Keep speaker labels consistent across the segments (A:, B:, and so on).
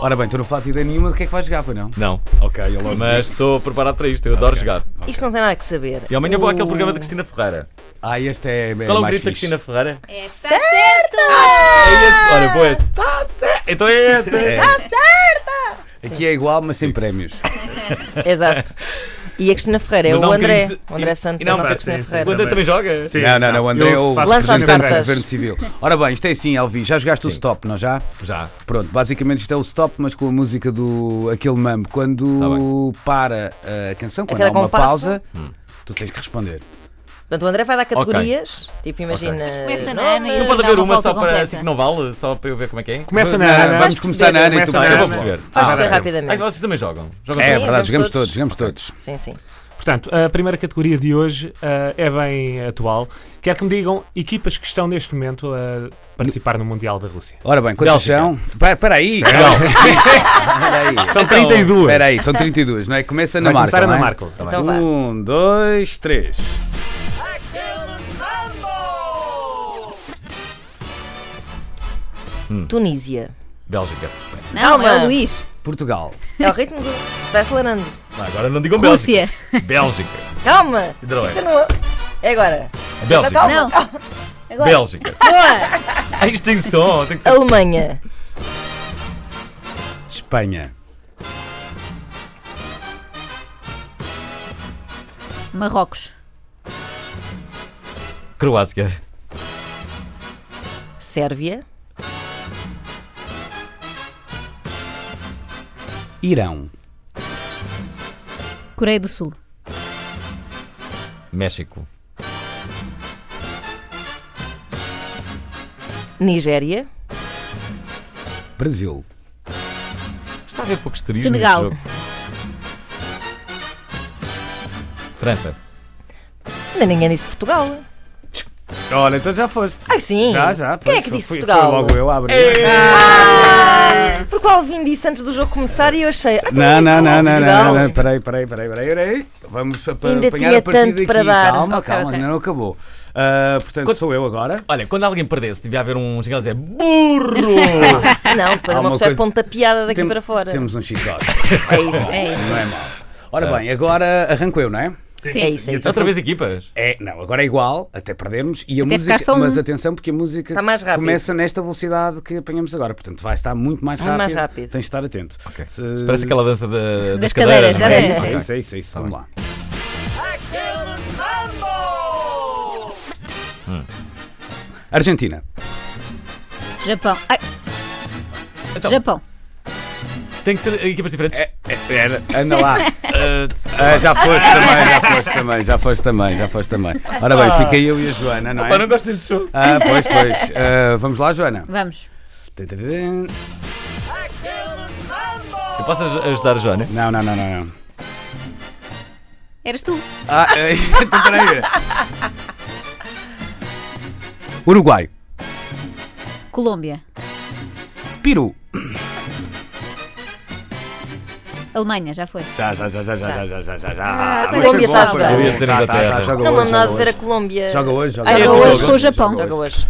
A: Ora bem, tu não fazes ideia nenhuma do que é que vais jogar, pois não?
B: Não,
A: Ok, eu logo.
B: mas estou preparado para isto, eu adoro jogar.
C: Isto não tem nada que saber.
B: E amanhã vou àquele programa da Cristina Ferreira.
A: Ah, este é, é mais
B: Qual é o grito da
A: fixe.
B: Cristina Ferreira?
D: É, está certo!
B: É esse. Olha, boa. Tá certo. Então é esse.
A: É,
C: Ah, Acerta!
A: aqui é igual, mas sem prémios.
C: Exato. E a Cristina Ferreira é
B: Mas
C: o
B: não
C: André.
B: queremos-
C: O André
B: e-
C: Santos
B: e
C: é a
B: não
C: nossa
B: para-
C: Cristina
E: sim, sim.
B: O
C: Ferreira.
B: André também joga?
E: Sim,
A: não, não, não, o André é
E: eu
A: o
E: faço
C: Lança as
A: representante do
C: cartas.
A: Governo Civil. Ora bem, isto é assim, Elvi, já jogaste o stop, não já?
B: Já.
A: Pronto, basicamente isto é o stop, mas com a música do aquele mambo. Quando para a canção, quando
C: Aquela
A: há uma
C: comparsa?
A: pausa, tu tens que responder.
C: Portanto, o André vai dar categorias. Tipo, imagina. então
D: Começa na Ana e
B: Não
D: eu
B: pode
D: dá
B: haver uma só
D: volta
B: para
D: completa.
B: assim que não vale, só para eu ver como é que é?
E: Começa na
A: Não,
E: Ana.
A: vamos começar na Ana e tu
B: Ah,
A: começas
B: eu vou
A: na Ana.
B: perceber.
C: Vais
B: Ah,
C: perceber
B: ok. Ah,
C: rapidamente.
B: vocês também jogam. Jogam assim?
A: É
B: sempre?
C: Sim,
A: verdade,
C: jogamos
A: jogamos todos,
C: todos.
A: jogamos todos.
C: Sim, sim.
E: Portanto, a primeira categoria de hoje ah, é bem atual. Quero que me digam equipas que estão neste momento a participar no Mundial da Rússia.
A: Ora bem, quantas
B: Bélgica.
A: são? Espera espera aí!
E: São 32.
A: Oh,
B: Então,
A: Espera aí, são 32, não é? Começa na
E: Vai
A: marca.
E: começar
A: não
E: Ana
A: é?
E: Marco.
C: Então vá.
A: Um, dois, três.
C: Tunísia.
B: Bélgica.
D: Não, é
C: Calma.
D: o Luís.
A: Portugal.
C: É o ritmo do. Se vai acelerando.
B: Ah, Agora não digam Bélgica.
D: Rússia.
B: Bélgica.
C: Calma!
B: Hidroel.
C: Isso não. É agora. Só
B: Bélgica.
C: calma.
D: Não. Agora.
B: Bélgica.
D: Boa.
B: Ah, isto tem som, tem que ser.
C: Alemanha.
A: Espanha.
D: Marrocos.
B: Croácia.
C: Sérvia.
A: Irão.
D: Coreia do Sul.
B: México.
C: Nigéria.
A: Brasil.
B: Está a haver poucos turismo
D: Senegal.
B: neste jogo. França.
C: Ainda ninguém disse Portugal.
A: Olha, então já foste.
C: Ai sim!
A: Já, já.
C: Quem é que
A: Foi-
C: disse
A: foi-
C: Portugal?
A: Foi logo eu a abrir.
C: Ah, Porque o Alvin disse antes do jogo começar e eu achei. Ah, então
A: Não,
C: isto
A: não, não,
C: disse
A: não,
C: Portugal.
A: não, não, peraí, peraí, peraí, peraí, peraí. Vamos a- pa-
C: Ainda
A: apanhar
C: tinha
A: a partir
C: tanto
A: daqui.
C: para dar.
A: Calma,
D: Ok,
A: calma,
D: ok.
A: ainda não acabou. Ah, portanto, sou eu agora.
B: Olha, quando alguém perdesse, devia haver um gigante a dizer burro!
C: Ah, Não, depois
A: Há
C: uma
A: uma
C: pessoa é
A: coisa-
C: ponta piada daqui
A: Tem-
C: para fora.
A: Temos um chicote.
C: É isso.
D: É isso.
A: não é mal. Ora bem, agora arranco eu, não é?
D: Sim.
C: É isso, é isso.
B: Outra vez equipas.
A: É, não, agora é igual, até perdermos. E a
D: Até
A: música,
D: ficar só um.
A: mas atenção, porque a música
C: Está Tá mais rápido.
A: começa nesta velocidade que apanhamos agora. Portanto, vai estar muito mais
C: Muito
A: rápido.
C: mais rápido.
A: Tens de estar atento. Se-
B: Parece aquela dança da- das,
D: Das cadeiras,
B: não
D: já
B: é?
D: dei.
A: É isso, é isso, é isso. Vamos lá. Argentina.
D: Japão. Ai,
B: Então,
D: Japão.
B: Tem que ser equipas diferentes.
A: É, é, era- anda lá.
B: Ah,
A: Ah, já foste também, já foste também, já foste também, já foste também. Ora bem, fiquei eu e a Joana, não
B: pá, não
A: é?
B: gosto deste jogo.
A: Ah, pois, pois. Ah, vamos lá, Joana.
D: Vamos.
B: Eu posso aj- ajudar a Joana?
A: Não, não, não, não. não.
D: Eras tu.
A: Ah, eh, então, peraí. Uruguai,
D: Colômbia.
A: Peru.
D: Alemanha, já foi.
A: Já, já, já, já, já, já, já, já, já.
C: a Colômbia está a jogar.
B: Eu ia dizer Inglaterra.
A: Tá, joga
C: tá. Não me
A: hoje,
C: lembro nada de
A: joga
C: ver a
A: hoje.
C: Colômbia.
A: Joga hoje, joga
D: Joga
B: hoje
D: com o Japão.
C: Joga hoje.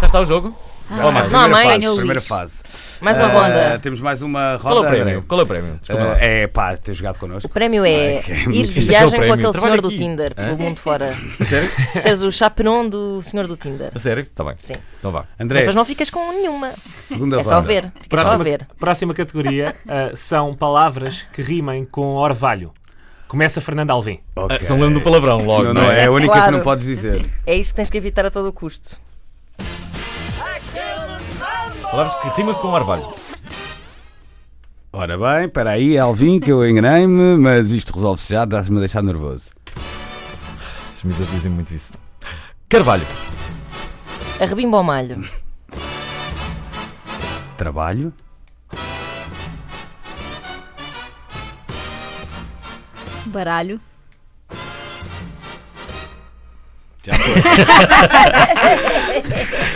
B: Já está o jogo?
D: Ah.
B: Ou mais?
C: Não há mais.
A: Primeira
D: Ganha o
A: fase, primeira
D: Luís.
A: fase.
C: Mais uma
A: Ah,
C: ronda.
A: Temos mais uma roda.
B: Qual é o
A: André?
B: prémio? Qual é o prémio? Desculpa lá.
A: Ah, é pá, ter jogado connosco.
C: O prémio é
A: Ai, que é
C: ir
A: muito
C: de
A: difícil.
B: Este
A: É?
B: é
C: viagem
B: o
C: com aquele
B: prémio.
C: senhor
B: Trabalho
C: do
B: aqui.
C: Tinder, pelo mundo fora.
B: A sério?
C: Seres o chaperon do senhor do Tinder.
B: A sério? Está bem.
C: Sim.
B: Então vá.
A: André,
C: Mas não ficas com nenhuma.
A: segunda
C: É só
A: ronda.
C: ver. É só
E: Próxima,
C: ver.
E: próxima categoria ah, são palavras que rimem com orvalho. Começa Fernando Alvim.
A: Ok.
B: Ah, Só me lembro do palavrão logo.
A: É, Não, não, é a única que
C: Claro.
A: não podes dizer.
C: É isso que tens que evitar a todo o custo.
B: Palavras que rimam com orvalho.
A: Ora bem, peraí, Alvin, que eu enganei-me, mas isto resolve-se já, dá-me a deixar nervoso.
B: Os miúdas dizem muito isso. Carvalho.
C: Arrebimba ao malho.
A: Trabalho,
D: Baralho.
A: Já foi.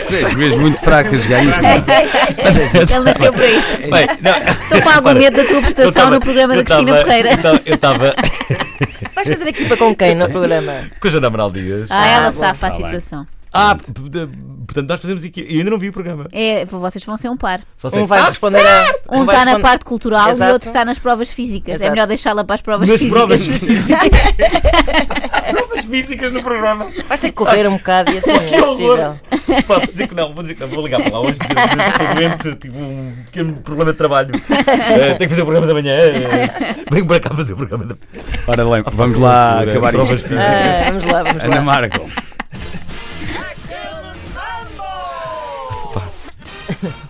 A: Tu és mesmo muito fraco a jogar isto.
D: Ele nasceu por aí.
B: Bem, não,
D: Estou com algum
B: Repara,
D: medo da tua
B: eu
D: prestação
B: tava-
D: no programa da
B: eu tava-
D: Cristina Ferreira.
B: eu tava- Eu estava
C: Vais fazer equipa com quem no programa?
B: com a Joana Amaral Dias.
D: Ah,
C: Ah,
D: ela
C: bom,
D: safa a
A: tá bem.
D: situação.
B: Ah, p- p- portanto Portanto, nós fazemos equipa. E ainda não vi o programa.
D: É, vocês vão ser um par.
B: Só sei
C: Um
B: que-
C: vai
A: tá
B: Ah,
C: responder a.
D: Um
C: vai
D: está na
C: responder-
D: parte cultural e
C: Exato.
D: o outro está nas provas físicas. É
C: Exato.
D: melhor deixá-la para as provas
B: Nas
D: físicas.
B: provas
D: físicas.
B: Provas físicas no programa.
C: Vais ter que correr um bocado e assim é possível.
B: horror. Pá, vou dizer que não, vou dizer que não. Vou ligar para lá hoje. dizer que Estou doente, tive um pequeno problema de trabalho. Eh, tenho que fazer o programa da manhã. eh, venho para cá fazer o programa da
A: Ora, lem- vamos lá acabar
B: provas
A: isto.
B: físicas.
C: Ah, vamos lá, vamos
A: Ana
C: lá.
A: Marco.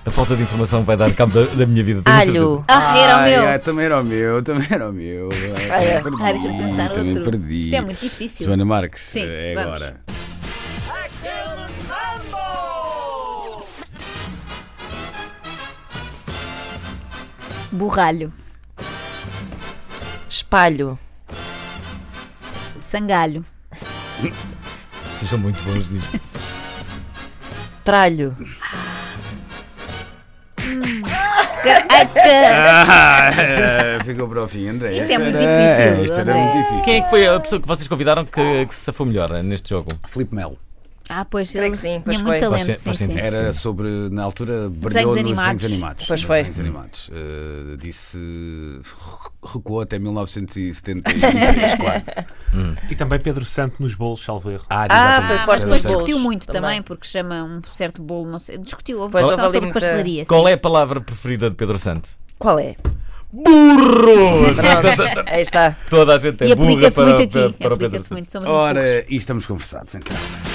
B: A falta de informação vai dar cabo da, da minha vida. tenho
C: Alho.
D: Ah, era o
A: Ai,
D: meu.
A: ai, também era o meu, também era o meu.
C: Ai,
A: também perdi,
C: ai.
D: Ah, deixa-me pensar
A: também
D: outro.
A: perdi.
D: Isto é muito difícil.
A: Joana Marques,
D: Sim,
A: é
D: vamos.
A: agora.
D: Borralho.
C: Espalho.
D: Sangalho.
B: certeza. Vocês são muito bons disto.
C: Tralho.
D: Ai, que...
A: Ah, eh, ficou para o fim, André.
D: Isto é
A: Esta
D: muito
A: era-
D: difícil,
A: é, Isto era
D: André.
A: muito difícil.
B: Quem é que foi a pessoa que vocês convidaram que, que se safou melhor eh, neste jogo?
D: Assim.
A: Filipe Melo.
D: Ah, pois,
C: Creio
D: ele
C: que sim,
D: tinha
C: pois
D: muito
C: foi.
D: talento.
B: Faz
D: sim,
B: sen-
D: sim.
B: faz
A: Era sobre, na altura, brilhou nos
D: animados.
A: desenhos animados.
C: Pois
A: Nos
C: foi.
A: Desenhos animados. Eh, disse. recuou até 1973, quase.
E: E também Pedro Santo nos bolos, salvo erro.
A: Ah,
C: Ah,
A: exatamente.
C: foi forte
D: Mas depois
C: nos bolos
D: discutiu muito também,
C: também.
D: porque chama um certo bolo, não sei. Discutiu, houve
C: Pois,
D: discussão
C: houve ali
D: sobre
C: muita-
D: pastelaria. sim.
B: Qual é a palavra preferida de Pedro Santo?
C: Qual é?
B: Burro!
C: Pronto, aí está.
B: Toda a gente é
D: E
B: burra
D: aplica-se
B: para,
D: muito
B: para- para o
D: aqui.
B: Pedro
D: Aplica-se
B: Santo.
D: muito. Somos um muito
A: Ora, e estamos conversados então.